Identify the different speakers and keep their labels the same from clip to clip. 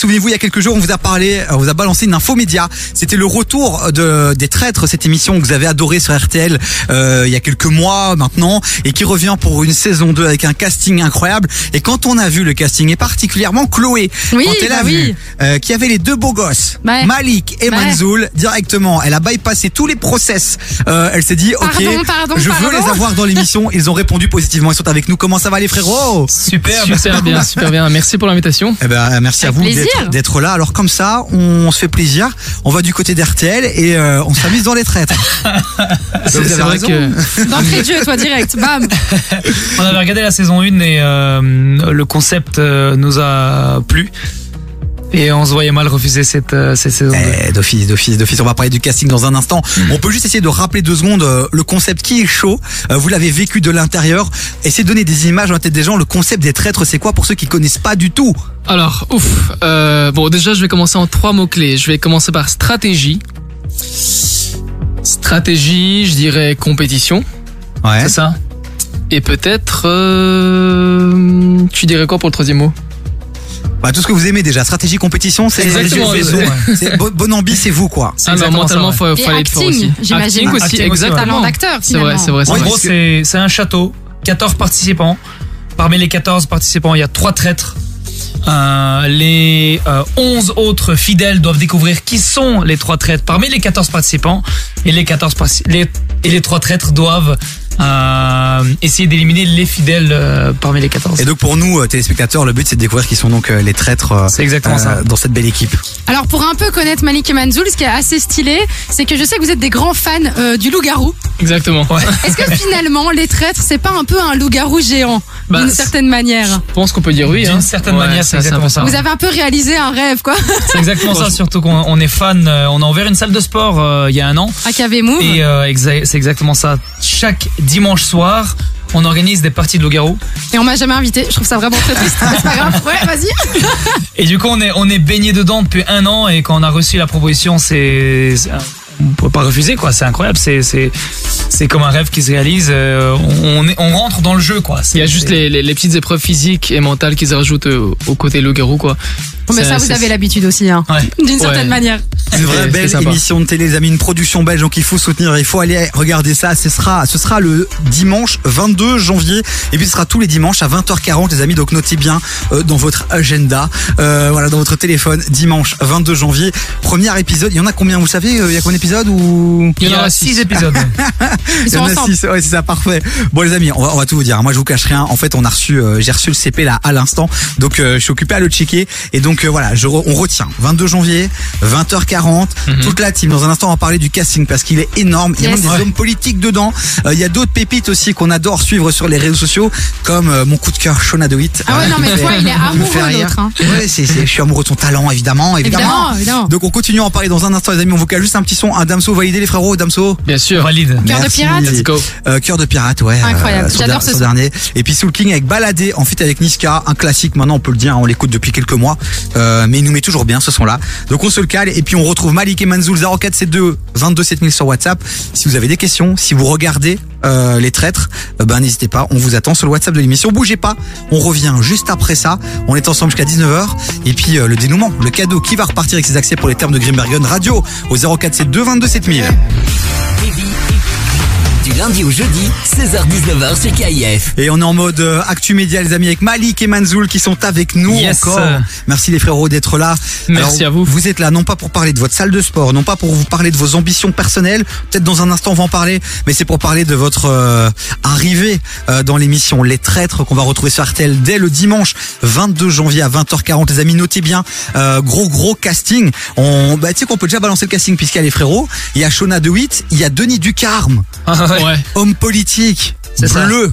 Speaker 1: Souvenez-vous, il y a quelques jours, on vous a parlé, on vous a balancé une info média. C'était le retour de, des traîtres, cette émission que vous avez adorée sur RTL euh, il y a quelques mois maintenant, et qui revient pour une saison 2 avec un casting incroyable. Et quand on a vu le casting, et particulièrement Chloé,
Speaker 2: Oui,
Speaker 1: quand elle a
Speaker 2: bah
Speaker 1: vu
Speaker 2: oui.
Speaker 1: euh, qu'il y avait les deux beaux gosses,
Speaker 2: Ouais.
Speaker 1: Malik et
Speaker 2: Ouais.
Speaker 1: Manzoul, directement, elle a bypassé tous les process. Euh, elle s'est dit, ok,
Speaker 2: Pardon, pardon,
Speaker 1: je veux
Speaker 2: pardon.
Speaker 1: les avoir dans l'émission. Ils ont répondu positivement. Ils sont avec nous. Comment ça va les frérots
Speaker 3: Super, super bien, super bien. Merci pour l'invitation.
Speaker 1: Eh ben, merci à
Speaker 2: Avec
Speaker 1: vous
Speaker 2: plaisir.
Speaker 1: d'être- d'être là. Alors comme ça, on se fait plaisir. On va du côté d'RTL et euh, on s'amuse dans les traites.
Speaker 3: C'est c'est vrai que
Speaker 2: D'entrée de jeu, toi, direct. Bam.
Speaker 3: on avait regardé la saison 1 et euh, le concept euh, nous a plu. Et on se voyait mal refuser cette, euh, cette saison 2.
Speaker 1: Eh, d'office, d'office, d'office. On va parler du casting dans un instant. On peut juste essayer de rappeler deux secondes euh, le concept qui est chaud. Euh, vous l'avez vécu de l'intérieur. Essayez de donner des images dans la tête des gens. Le concept des traîtres, c'est quoi pour ceux qui connaissent pas du tout
Speaker 4: Alors, ouf. Euh, bon, déjà, je vais commencer en trois mots-clés. Je vais commencer par stratégie. Stratégie, je dirais compétition,
Speaker 1: Ouais.
Speaker 4: c'est ça Et peut-être... euh, tu dirais quoi pour le troisième mot
Speaker 1: Bah, tout ce que vous aimez déjà. Stratégie, compétition, c'est
Speaker 4: Exactement,
Speaker 1: c'est-
Speaker 4: raison,
Speaker 1: c'est bon, bon ambi, c'est vous quoi.
Speaker 3: C'est
Speaker 4: Alors,
Speaker 3: exactement
Speaker 4: mentalement,
Speaker 3: ça, ouais.
Speaker 4: faut,
Speaker 2: Et
Speaker 4: faut aller fort
Speaker 2: acting,
Speaker 4: aussi.
Speaker 2: j'imagine.
Speaker 4: Acting aussi,
Speaker 3: Acting aussi, ouais.
Speaker 2: Talent
Speaker 4: exactement.
Speaker 2: d'acteur,
Speaker 4: C'est vrai,
Speaker 2: finalement.
Speaker 4: c'est vrai, c'est
Speaker 1: Ouais,
Speaker 3: En
Speaker 4: vrai.
Speaker 3: gros, c'est c'est un château, 14 participants. Parmi les 14 participants, il y a 3 traîtres. Euh, les euh, 11 autres fidèles doivent découvrir qui sont les 3 traîtres parmi les 14 participants. Et les, 14 parti- les, et les 3 traîtres doivent euh, essayer d'éliminer les fidèles euh, parmi les 14.
Speaker 1: Et donc pour nous euh, téléspectateurs, le but c'est de découvrir qui sont donc euh, les traîtres euh,
Speaker 3: C'est exactement ça.
Speaker 1: euh, dans cette belle équipe.
Speaker 2: Alors, pour un peu connaître Malik et Manzoul, ce qui est assez stylé, c'est que je sais que vous êtes des grands fans euh, du loup-garou.
Speaker 4: Exactement.
Speaker 2: Est-ce que finalement, les traîtres, c'est pas un peu un loup-garou géant,
Speaker 4: Bah,
Speaker 2: d'une
Speaker 4: c'est-
Speaker 2: certaine manière
Speaker 4: Je pense qu'on peut dire oui.
Speaker 3: D'une
Speaker 4: hein.
Speaker 3: certaine
Speaker 4: Ouais,
Speaker 3: manière, c'est
Speaker 4: ça, un peu
Speaker 3: exactement ça.
Speaker 2: Vous avez un peu réalisé un rêve, quoi,
Speaker 3: C'est exactement ça, surtout qu'on on est fan. euh, On a ouvert une salle de sport euh, il y a un an.
Speaker 2: à KV Move.
Speaker 3: Et euh, exa- c'est exactement ça. Chaque dimanche soir, on organise des parties de loup-garou.
Speaker 2: Et on m'a jamais invité. Je trouve ça vraiment très triste. C'est pas grave. Ouais, vas-y.
Speaker 3: Et du coup, on est, on est baigné dedans depuis un an et quand on a reçu la proposition, c'est. c'est- On peut pas refuser, quoi. C'est incroyable. C'est, c'est, c'est comme un rêve qui se réalise. Euh, on, on est, on rentre dans le jeu, quoi. C'est-
Speaker 4: Il y a juste
Speaker 3: c'est-
Speaker 4: les, les- les petites épreuves physiques et mentales qu'ils rajoutent euh, au, au côté loup-garou, quoi.
Speaker 2: Mais
Speaker 4: C'est-
Speaker 2: ça, vous
Speaker 4: c'est-
Speaker 2: avez l'habitude aussi, hein.
Speaker 3: Ouais.
Speaker 2: D'une certaine
Speaker 4: Ouais.
Speaker 2: manière.
Speaker 1: Une vraie
Speaker 4: C'était-
Speaker 1: belle
Speaker 4: c'était sympa.
Speaker 1: émission de télé, les amis, une production belge, donc il faut soutenir, il faut aller regarder ça. Ce sera, ce sera le dimanche 22 janvier, et puis ce sera tous les dimanches à 20h40, les amis. Donc notez bien euh, dans votre agenda, euh, voilà, dans votre téléphone, dimanche 22 janvier, premier épisode. Il y en a combien, vous le savez euh, Il y a combien d'épisodes ou
Speaker 3: Il y en aura
Speaker 4: six.
Speaker 3: six épisodes.
Speaker 2: Ils sont
Speaker 1: il y en a
Speaker 2: ensemble.
Speaker 1: six, ouais, c'est ça, parfait. Bon, les amis, on va, on va tout vous dire. hein. Moi, je vous cache rien. En fait, on a reçu, euh, j'ai reçu le CP là à l'instant, donc euh, je suis occupé à le checker. Et donc euh, voilà, je re- on retient. 22 janvier, 20h40, toute la team. Dans un instant, on va parler du casting parce qu'il est énorme. Il y a
Speaker 2: Yes.
Speaker 1: même des
Speaker 3: Ouais.
Speaker 1: hommes politiques dedans. Euh, il y a d'autres pépites aussi qu'on adore suivre sur les réseaux sociaux, comme euh, mon coup de cœur Shona DeWitt.
Speaker 2: Ah ouais,
Speaker 1: Voilà,
Speaker 2: non,
Speaker 1: qui
Speaker 2: mais
Speaker 1: me
Speaker 2: toi,
Speaker 1: fait-
Speaker 2: il est
Speaker 1: qui me fait
Speaker 2: amoureux,
Speaker 1: rire.
Speaker 2: l'autre, hein.
Speaker 1: Ouais, c'est, c'est- je suis amoureux de son talent, évidemment, évidemment.
Speaker 2: Évidemment, évidemment.
Speaker 1: Donc on continue à en parler dans un instant les amis, on vous cale juste un petit son, un Damso validé les frérots, Damso
Speaker 4: Bien
Speaker 3: On
Speaker 4: sûr.
Speaker 3: valide.
Speaker 2: Cœur de
Speaker 1: Merci.
Speaker 2: pirate.
Speaker 4: Let's go.
Speaker 1: Euh, Cœur de pirate, ouais.
Speaker 2: Incroyable.
Speaker 1: son
Speaker 2: J'adore
Speaker 1: der-
Speaker 2: ce
Speaker 1: son
Speaker 2: son.
Speaker 1: dernier. Et puis Soul King avec Baladé, en fait avec Niska, un classique. Maintenant, on peut le dire, hein, on l'écoute depuis quelques mois, Euh, mais il nous met toujours bien ce son-là. Donc on se le cale et puis on retrouve Malik et Manzoul 0472 22 7000 sur WhatsApp. Si vous avez des questions, si vous regardez euh, les traîtres, euh, ben n'hésitez pas, on vous attend sur le WhatsApp de l'émission. Bougez pas, on revient juste après ça. On est ensemble jusqu'à 19h et puis euh, le dénouement, le cadeau qui va repartir avec ses accès pour les termes de Grimbergen Radio au 0472 22 7000.
Speaker 5: Du lundi au jeudi, 16h-19h sur KIF.
Speaker 1: Et on est en mode euh, Actu Média, les amis, avec Malik et Manzoul qui sont avec nous
Speaker 3: Yes.
Speaker 1: encore. Merci les frérots d'être là.
Speaker 4: Merci à vous.
Speaker 1: Vous êtes là non pas pour parler de votre salle de sport, non pas pour vous parler de vos ambitions personnelles, peut-être dans un instant on va en parler, mais c'est pour parler de votre euh, arrivée euh, dans l'émission Les Traîtres qu'on va retrouver sur RTL dès le dimanche 22 janvier à 20h40. Les amis, notez bien, euh, gros gros casting. On, bah, tu sais qu'on peut déjà balancer le casting puisqu'il y a les frérots, il y a Shona DeWitt, il y a Denis Ducarme
Speaker 4: Ouais.
Speaker 1: homme politique,
Speaker 3: C'est ça.
Speaker 1: bleu,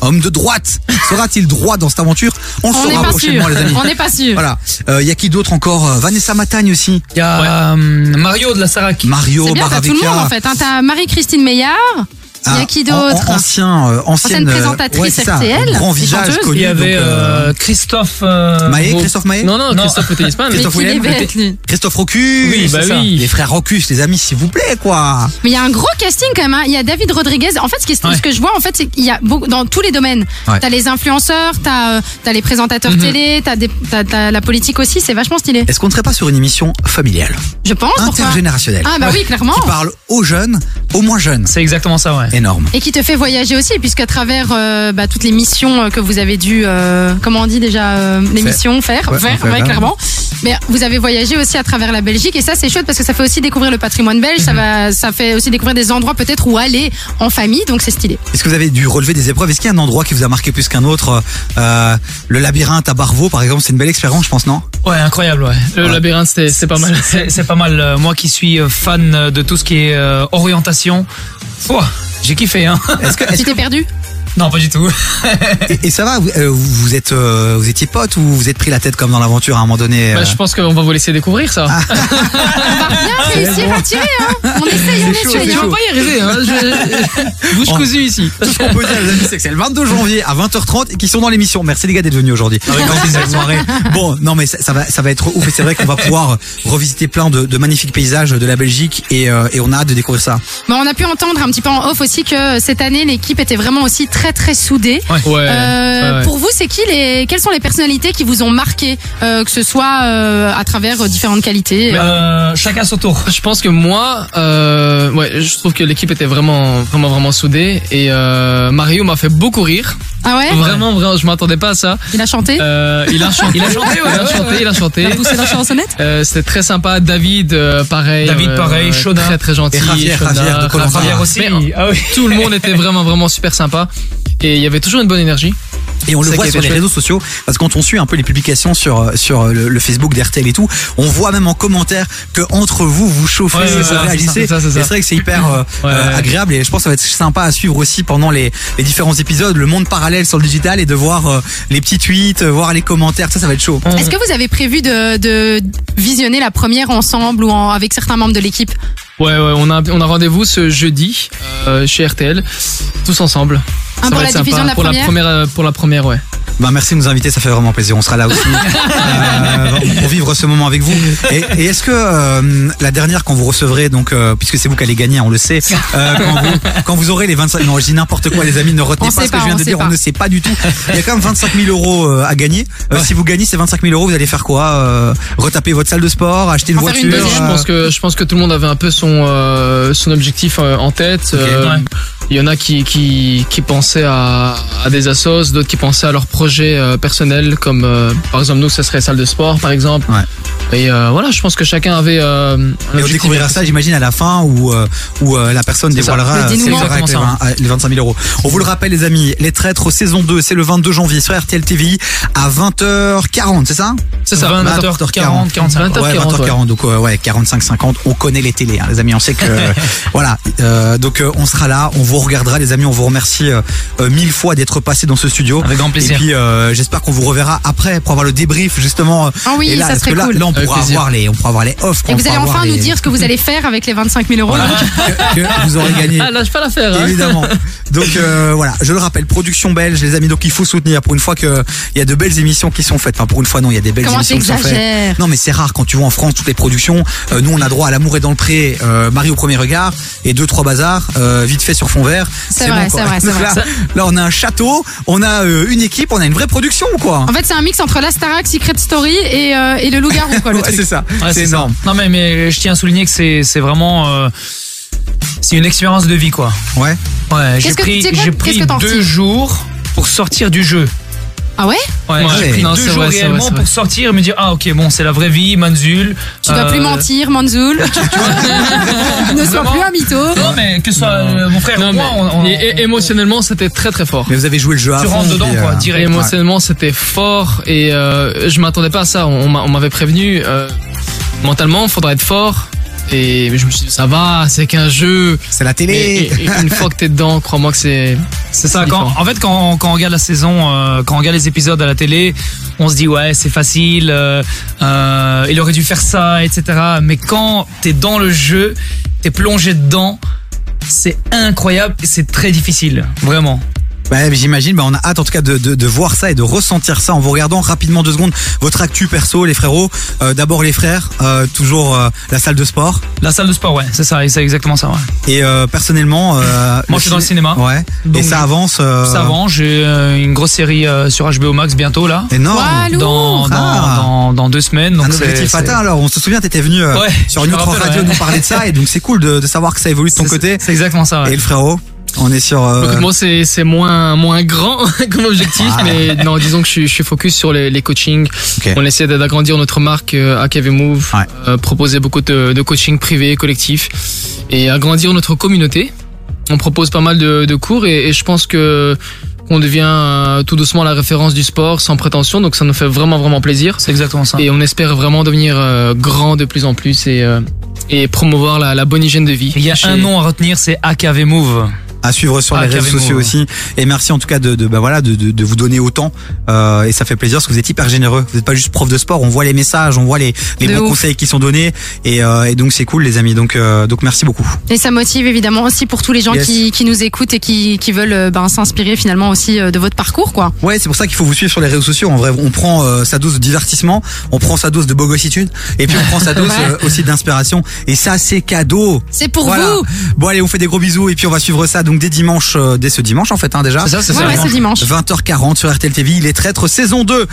Speaker 1: homme de droite. Sera-t-il droit dans cette aventure On,
Speaker 2: On n'est
Speaker 1: saura
Speaker 2: pas
Speaker 1: prochainement,
Speaker 2: sûr.
Speaker 1: les amis.
Speaker 2: On n'est pas sûr.
Speaker 1: Voilà. Il y a qui d'autre encore Euh, Vanessa Matagne aussi.
Speaker 3: Il y a euh, Mario de la Sarac.
Speaker 1: Mario,
Speaker 2: C'est bien, t'as tout le
Speaker 1: Baravica.
Speaker 2: monde en fait. hein. T'as Marie-Christine Meillard, Il y a
Speaker 1: Ah,
Speaker 2: qui
Speaker 1: an- an-
Speaker 2: d'autre
Speaker 1: Ancien, euh, ancienne,
Speaker 2: Ancienne
Speaker 1: euh,
Speaker 2: présentatrice
Speaker 1: ouais, c'est ça,
Speaker 2: RTL,
Speaker 1: Grand
Speaker 2: et
Speaker 1: visage
Speaker 2: chanteuse.
Speaker 1: connu.
Speaker 3: Il y avait
Speaker 1: donc, euh,
Speaker 3: euh, Christophe. euh,
Speaker 1: Maé,
Speaker 3: Ro-
Speaker 1: Christophe Maé
Speaker 4: Non, non,
Speaker 3: Non.
Speaker 4: Christophe le tennisman.
Speaker 2: Mais
Speaker 1: Christophe
Speaker 2: qu'il est
Speaker 1: Willem,
Speaker 2: bête, lui.
Speaker 1: Christophe Rocu
Speaker 4: Oui, bah
Speaker 1: c'est ça.
Speaker 4: oui.
Speaker 1: Les frères Rocus, les amis, s'il vous plaît, quoi
Speaker 2: Mais il y a un gros casting quand même. hein. Il y a David Rodriguez. En fait, ce, qui est-
Speaker 3: Ouais.
Speaker 2: ce que je vois, en fait, c'est qu'il y a beaucoup, dans tous les domaines.
Speaker 1: Ouais. Mhm.
Speaker 2: T'as les influenceurs, t'as euh, t'as les présentateurs télé, t'as des- t'as- t'as la politique aussi. C'est vachement stylé.
Speaker 1: Est-ce qu'on ne serait pas sur une émission familiale,
Speaker 2: Je pense. Pourquoi
Speaker 1: intergénérationnelle,
Speaker 2: Ah bah oui, clairement.
Speaker 1: qui parle aux jeunes, aux moins jeunes
Speaker 3: C'est exactement ça, ouais.
Speaker 1: Énorme.
Speaker 2: Et qui te fait voyager aussi, puisqu'à travers euh, bah, toutes les missions euh, que vous avez dû, euh, comment on dit déjà, euh, les
Speaker 1: Faire.
Speaker 2: missions, faire,
Speaker 1: Ouais,
Speaker 2: faire,
Speaker 1: faire,
Speaker 2: ouais,
Speaker 1: hein.
Speaker 2: clairement. Mais vous avez voyagé aussi à travers la Belgique, et ça c'est chouette parce que ça fait aussi découvrir le patrimoine belge,
Speaker 1: Mhm.
Speaker 2: ça va, ça fait aussi découvrir des endroits peut-être où aller en famille, donc c'est stylé.
Speaker 1: Est-ce que vous avez dû relever des épreuves Est-ce qu'il y a un endroit qui vous a marqué plus qu'un autre Euh, Le labyrinthe à Barvaux, par exemple, c'est une belle expérience, je pense, non
Speaker 3: Ouais, incroyable, ouais.
Speaker 4: Le
Speaker 3: Ouais.
Speaker 4: labyrinthe, c'est c'est pas mal.
Speaker 3: C'est c'est pas mal. Euh, Moi qui suis euh, fan euh, de tout ce qui est euh, orientation, Pouah, j'ai kiffé, hein.
Speaker 1: Est-ce que, est-ce
Speaker 2: Tu t'es perdu
Speaker 3: Non, pas du tout.
Speaker 1: que- et, et ça va vous, euh, vous- vous êtes, euh, vous étiez potes ou vous vous êtes pris la tête comme dans l'aventure à un moment donné
Speaker 4: Bah,
Speaker 1: euh,
Speaker 4: je pense qu'on va vous laisser découvrir ça.
Speaker 1: Ah,
Speaker 2: Bien réussi à tirer, hein On essaye, on
Speaker 1: chaud, Ah,
Speaker 2: essaye.
Speaker 1: c'est
Speaker 2: hein.
Speaker 1: chaud.
Speaker 4: y arriver. Hein. Je... Bouche
Speaker 1: On-
Speaker 4: cousue ici.
Speaker 1: Tout ce qu'on peut dire, les amis, c'est que c'est le 22 janvier à 20h30 et qu'ils sont dans l'émission. Merci les gars d'être venus aujourd'hui. Dans cette soirée. Bon, non mais ça, ça va, ça va être ouf et c'est vrai qu'on va pouvoir revisiter plein de, de magnifiques paysages de la Belgique et, euh, et on a hâte de découvrir ça.
Speaker 2: Bon, on a pu entendre un petit peu en off aussi que euh, cette année l'équipe était vraiment aussi très très soudée.
Speaker 4: Ouais.
Speaker 2: Euh,
Speaker 4: ouais, ouais.
Speaker 2: Pour vous, c'est qui les quelles sont les personnalités qui vous ont marqué, euh, que ce soit euh, à travers euh, différentes qualités. euh,
Speaker 3: Euh, chacun son tour.
Speaker 4: Je pense que moi, euh, ouais, je trouve que l'équipe était vraiment, vraiment, vraiment soudée. Et euh, Mario m'a fait beaucoup rire.
Speaker 2: Ah ouais
Speaker 4: Vraiment, vraiment, je m'attendais pas à ça.
Speaker 2: Il a chanté.
Speaker 4: Euh, il a chanté, il a chanté, il a chanté, il a chanté.
Speaker 2: Il a poussé la chansonnette.
Speaker 4: Euh, C'était très sympa. David, euh, pareil.
Speaker 3: David,
Speaker 4: euh,
Speaker 3: pareil. Chaudin.
Speaker 4: Très, très gentil.
Speaker 1: Et Javier,
Speaker 4: Chaudin,
Speaker 1: Javier de oh. Koh-Lanta.
Speaker 4: Javier
Speaker 3: Javier
Speaker 4: aussi.
Speaker 3: aussi.
Speaker 4: Mais,
Speaker 3: Ah oui.
Speaker 4: Tout le monde était vraiment, vraiment super sympa. Et il y avait toujours une bonne énergie.
Speaker 1: Et on le
Speaker 4: C'est
Speaker 1: voit
Speaker 4: ça qui
Speaker 1: sur
Speaker 4: est
Speaker 1: les
Speaker 4: chouette.
Speaker 1: réseaux sociaux parce que quand on suit un peu les publications sur euh, sur le, le Facebook d'RTL et tout, on voit même en commentaire que entre vous vous chauffez,
Speaker 4: Ouais, ouais,
Speaker 1: vous
Speaker 4: ouais,
Speaker 1: réagissez.
Speaker 4: c'est ça, c'est ça, c'est
Speaker 1: Et
Speaker 4: ça.
Speaker 1: vrai que c'est hyper euh,
Speaker 4: Ouais,
Speaker 1: euh,
Speaker 4: ouais.
Speaker 1: agréable et je pense que ça va être sympa à suivre aussi pendant les, les différents épisodes, le monde parallèle sur le digital et de voir euh, les petits tweets, euh, voir les commentaires, ça ça va être chaud.
Speaker 2: Est-ce que vous avez prévu de, de visionner la première ensemble ou en- avec certains membres de l'équipe
Speaker 4: Ouais, ouais, on a, on a rendez-vous ce jeudi euh, chez RTL, tous ensemble.
Speaker 2: Un
Speaker 4: Ça
Speaker 2: pour
Speaker 4: va
Speaker 2: la
Speaker 4: être sympa.
Speaker 2: diffusion de la
Speaker 4: pour
Speaker 2: première.
Speaker 4: la première, euh, pour la première, ouais.
Speaker 1: Bah merci de nous inviter, ça fait vraiment plaisir. On sera là aussi euh, pour vivre ce moment avec vous. Et, et est-ce que euh, la dernière quand vous recevrez, donc euh, puisque c'est vous qui allez gagner, on le sait, euh, quand, vous, quand vous aurez les 25, non je dis n'importe quoi les amis, ne retenez
Speaker 2: On
Speaker 1: pas
Speaker 2: sait
Speaker 1: ce que
Speaker 2: pas,
Speaker 1: je viens
Speaker 2: on
Speaker 1: de
Speaker 2: sait
Speaker 1: dire, on
Speaker 2: pas.
Speaker 1: ne sait pas du tout. Il y a quand même 25 000 euros euh, à gagner. Euh, Si vous gagnez ces 25 000 euros, vous allez faire quoi Euh, Retaper votre salle de sport, acheter une
Speaker 2: En faire
Speaker 1: voiture
Speaker 2: une
Speaker 4: Je
Speaker 2: deuxième.
Speaker 1: euh,
Speaker 4: pense que, je pense que tout le monde avait un peu son, euh, son objectif euh, en tête. Euh,
Speaker 3: ouais.
Speaker 4: Il y en a qui, qui, qui pensaient à, à des assos, d'autres qui pensaient à leurs projets euh, personnels, comme euh, par exemple nous, ça serait salle de sport, par exemple. Et euh, voilà, je pense que chacun avait. Euh, un
Speaker 1: Et on
Speaker 4: objectif.
Speaker 1: découvrira ça, j'imagine, à la fin où, euh, où euh, la personne
Speaker 4: C'est ça.
Speaker 1: dévoilera
Speaker 2: Le
Speaker 1: euh, ses
Speaker 2: dénouement.
Speaker 1: erreurs avec les, vingt- euh, les 25 000 euros. On vous le rappelle, les amis, Les Traîtres, saison 2, c'est le 22 janvier sur RTL TVI à 20h40, c'est ça
Speaker 4: C'est ça.
Speaker 1: 20,
Speaker 3: 20h40, 45.
Speaker 4: 20h40,
Speaker 1: ouais, 20h40, donc euh, ouais, 45-50, on connaît les télés, hein, les amis, on sait que... voilà, euh, donc euh, on sera là, on vous regardera, les amis, on vous remercie euh, euh, mille fois d'être passé dans ce studio.
Speaker 3: Avec grand plaisir.
Speaker 1: Et puis euh, j'espère qu'on vous reverra après pour avoir le débrief justement. euh,
Speaker 2: Ah oui,
Speaker 1: et là,
Speaker 2: ça
Speaker 1: parce
Speaker 2: serait
Speaker 1: que là,
Speaker 2: cool.
Speaker 1: là, on
Speaker 4: Avec
Speaker 1: pourra
Speaker 4: plaisir.
Speaker 1: avoir les, on pourra avoir les offres.
Speaker 2: Et
Speaker 1: on
Speaker 2: vous
Speaker 1: pourra
Speaker 2: allez
Speaker 1: avoir
Speaker 2: enfin nous
Speaker 1: les-
Speaker 2: dire ce que vous allez faire avec les 25 000 euros.
Speaker 1: Voilà,
Speaker 2: donc.
Speaker 1: que, que vous aurez gagné.
Speaker 4: Ah, lâche pas l'affaire. Hein.
Speaker 1: Évidemment. Donc euh, voilà, je le rappelle, production belge, les amis. Donc il faut soutenir. Pour une fois que il y a de belles émissions qui sont faites. Enfin pour une fois non, il y a des belles
Speaker 2: Comment
Speaker 1: émissions qui sont faites.
Speaker 2: t'exagères
Speaker 1: Non mais c'est rare quand tu vois en France toutes les productions. Euh, nous on a droit à l'amour et dans le pré, euh, Marie au premier regard et deux trois bazars euh, vite fait sur fond vert.
Speaker 2: C'est vrai,
Speaker 1: quoi.
Speaker 2: c'est vrai, c'est
Speaker 1: Donc
Speaker 2: vrai.
Speaker 1: Là, là, on a un château, on a euh, une équipe, on a une vraie production quoi.
Speaker 2: En fait, c'est un mix entre la Starac, Secret Story et, euh, et le loup-garou, quoi, le
Speaker 1: Ouais,
Speaker 2: truc.
Speaker 1: c'est ça,
Speaker 3: Ouais,
Speaker 1: c'est
Speaker 3: ça.
Speaker 1: énorme.
Speaker 3: Non, mais, mais je tiens à souligner que c'est c'est vraiment. euh, c'est une expérience de vie, quoi.
Speaker 1: Ouais.
Speaker 3: Ouais, j'ai
Speaker 2: Qu'est-ce que-
Speaker 3: pris,
Speaker 2: tu sais quoi,
Speaker 3: j'ai
Speaker 2: qu'est-ce
Speaker 3: pris
Speaker 2: que t'en
Speaker 3: deux
Speaker 2: retires
Speaker 3: jours pour sortir du jeu.
Speaker 2: Ah ouais
Speaker 3: Ouais,
Speaker 4: Ouais.
Speaker 3: j'ai pris
Speaker 4: Non,
Speaker 3: deux
Speaker 4: c'est
Speaker 3: jours
Speaker 4: vrai, c'est vrai,
Speaker 3: réellement
Speaker 4: c'est vrai.
Speaker 3: pour sortir et me dire Ah, ok, bon, c'est la vraie vie, Manzul. Euh,
Speaker 2: Tu
Speaker 1: Euh,
Speaker 2: dois plus mentir, Manzoul. ne sois
Speaker 3: Vraiment
Speaker 2: plus un mytho.
Speaker 3: Non, mais que ce soit euh, mon frère
Speaker 4: Non,
Speaker 3: ou
Speaker 4: mais
Speaker 3: moi, on, on-
Speaker 4: et- et- émotionnellement, c'était très très fort.
Speaker 1: Mais vous avez joué le jeu à
Speaker 3: Tu
Speaker 1: fond,
Speaker 3: rentres dedans,
Speaker 1: puis,
Speaker 3: quoi, direct.
Speaker 4: Et
Speaker 1: ouais.
Speaker 4: émotionnellement, c'était fort et euh, je m'attendais pas à ça. On, m'a- on m'avait prévenu. euh, mentalement, faudra être fort. Et je me suis dit, ça va, c'est qu'un jeu.
Speaker 1: C'est la
Speaker 4: Mais
Speaker 1: télé.
Speaker 4: et- et une fois que t'es dedans, crois-moi que c'est.
Speaker 3: C'est ça.
Speaker 4: C'est
Speaker 3: Quand,
Speaker 4: différent.
Speaker 3: en fait, quand, quand on regarde la saison, euh, quand on regarde les épisodes à la télé, on se dit ouais, c'est facile. euh, euh, il aurait dû faire ça, etc. Mais quand t'es dans le jeu, t'es plongé dedans. c'est incroyable et c'est très difficile, vraiment.
Speaker 1: Ouais, mais j'imagine, bah, on a hâte en tout cas de, de, de voir ça et de ressentir ça en vous regardant rapidement deux secondes votre actu perso, les frérots. Euh, D'abord les frères, euh, toujours euh, la salle de sport.
Speaker 3: La salle de sport, ouais, c'est ça, c'est exactement ça. ouais.
Speaker 1: Et euh, personnellement, euh,
Speaker 3: Moi, je suis dans le
Speaker 1: ciné-
Speaker 3: cinéma.
Speaker 1: Ouais. et
Speaker 3: Donc,
Speaker 1: ça avance. euh,
Speaker 3: Ça avant, j'ai euh, une grosse série euh, sur HBO Max bientôt là.
Speaker 1: Énorme.
Speaker 2: Waouh, lourd.
Speaker 3: Dans,
Speaker 1: Ah.
Speaker 3: dans, dans, dans deux semaines. Donc
Speaker 1: un
Speaker 3: c'est-
Speaker 1: objectif
Speaker 3: c'est-
Speaker 1: atteint alors. On se souvient, t'étais venu euh,
Speaker 3: Ouais,
Speaker 1: sur
Speaker 3: je
Speaker 1: une
Speaker 3: me
Speaker 1: autre
Speaker 3: rappelle,
Speaker 1: radio
Speaker 3: ouais.
Speaker 1: nous parler de ça et donc c'est cool de, de savoir que ça évolue de ton
Speaker 3: c'est-
Speaker 1: côté.
Speaker 3: C'est exactement ça. ouais.
Speaker 1: Et le frérot, on est sur. euh,
Speaker 4: Donc, Moi, c'est c'est moins moins grand comme objectif, mais non, disons que je, suis- je suis focus sur les, les coachings.
Speaker 1: Ok.
Speaker 4: On essaie d'agrandir notre marque euh, à Kevin Move,
Speaker 1: Ouais.
Speaker 4: euh, proposer beaucoup de, de coaching privé, collectif, et agrandir notre communauté. On propose pas mal de, de cours et, et je pense que qu'on devient euh, tout doucement la référence du sport sans prétention, donc ça nous fait vraiment vraiment plaisir.
Speaker 3: C'est exactement ça.
Speaker 4: Et on espère vraiment devenir euh, grand de plus en plus et euh, et promouvoir la, la bonne hygiène de vie.
Speaker 3: Il y a
Speaker 4: Chez-
Speaker 3: un nom à retenir, c'est AKV Move.
Speaker 1: à suivre sur les
Speaker 3: Ah,
Speaker 1: réseaux
Speaker 3: carrément,
Speaker 1: sociaux
Speaker 3: ouais.
Speaker 1: aussi. Et merci en tout cas de, de bah voilà de, de, de vous donner autant euh, et ça fait plaisir parce que vous êtes hyper généreux. Vous n'êtes pas juste prof de sport, on voit les messages, on voit les, les
Speaker 2: De
Speaker 1: bons
Speaker 2: ouf.
Speaker 1: conseils qui sont donnés et, euh, et donc c'est cool les amis. Donc euh, donc merci beaucoup.
Speaker 2: Et ça motive évidemment aussi pour tous les gens
Speaker 1: Yes.
Speaker 2: qui, qui nous écoutent et qui, qui veulent euh, ben, s'inspirer finalement aussi euh, de votre parcours. quoi.
Speaker 1: Ouais, c'est pour ça qu'il faut vous suivre sur les réseaux sociaux. En vrai, on prend euh, sa dose de divertissement, on prend sa dose de bogossitude et puis on prend sa dose euh, aussi d'inspiration et ça c'est cadeau.
Speaker 2: C'est pour
Speaker 1: Voilà.
Speaker 2: vous
Speaker 1: Bon allez, on fait des gros bisous et puis on va suivre ça donc dès dimanche euh, dès ce dimanche en fait hein, déjà.
Speaker 3: C'est ça, c'est
Speaker 2: Ouais,
Speaker 3: ça.
Speaker 2: ouais, c'est dimanche.
Speaker 1: 20h40 sur RTL TV, il est traître saison 2.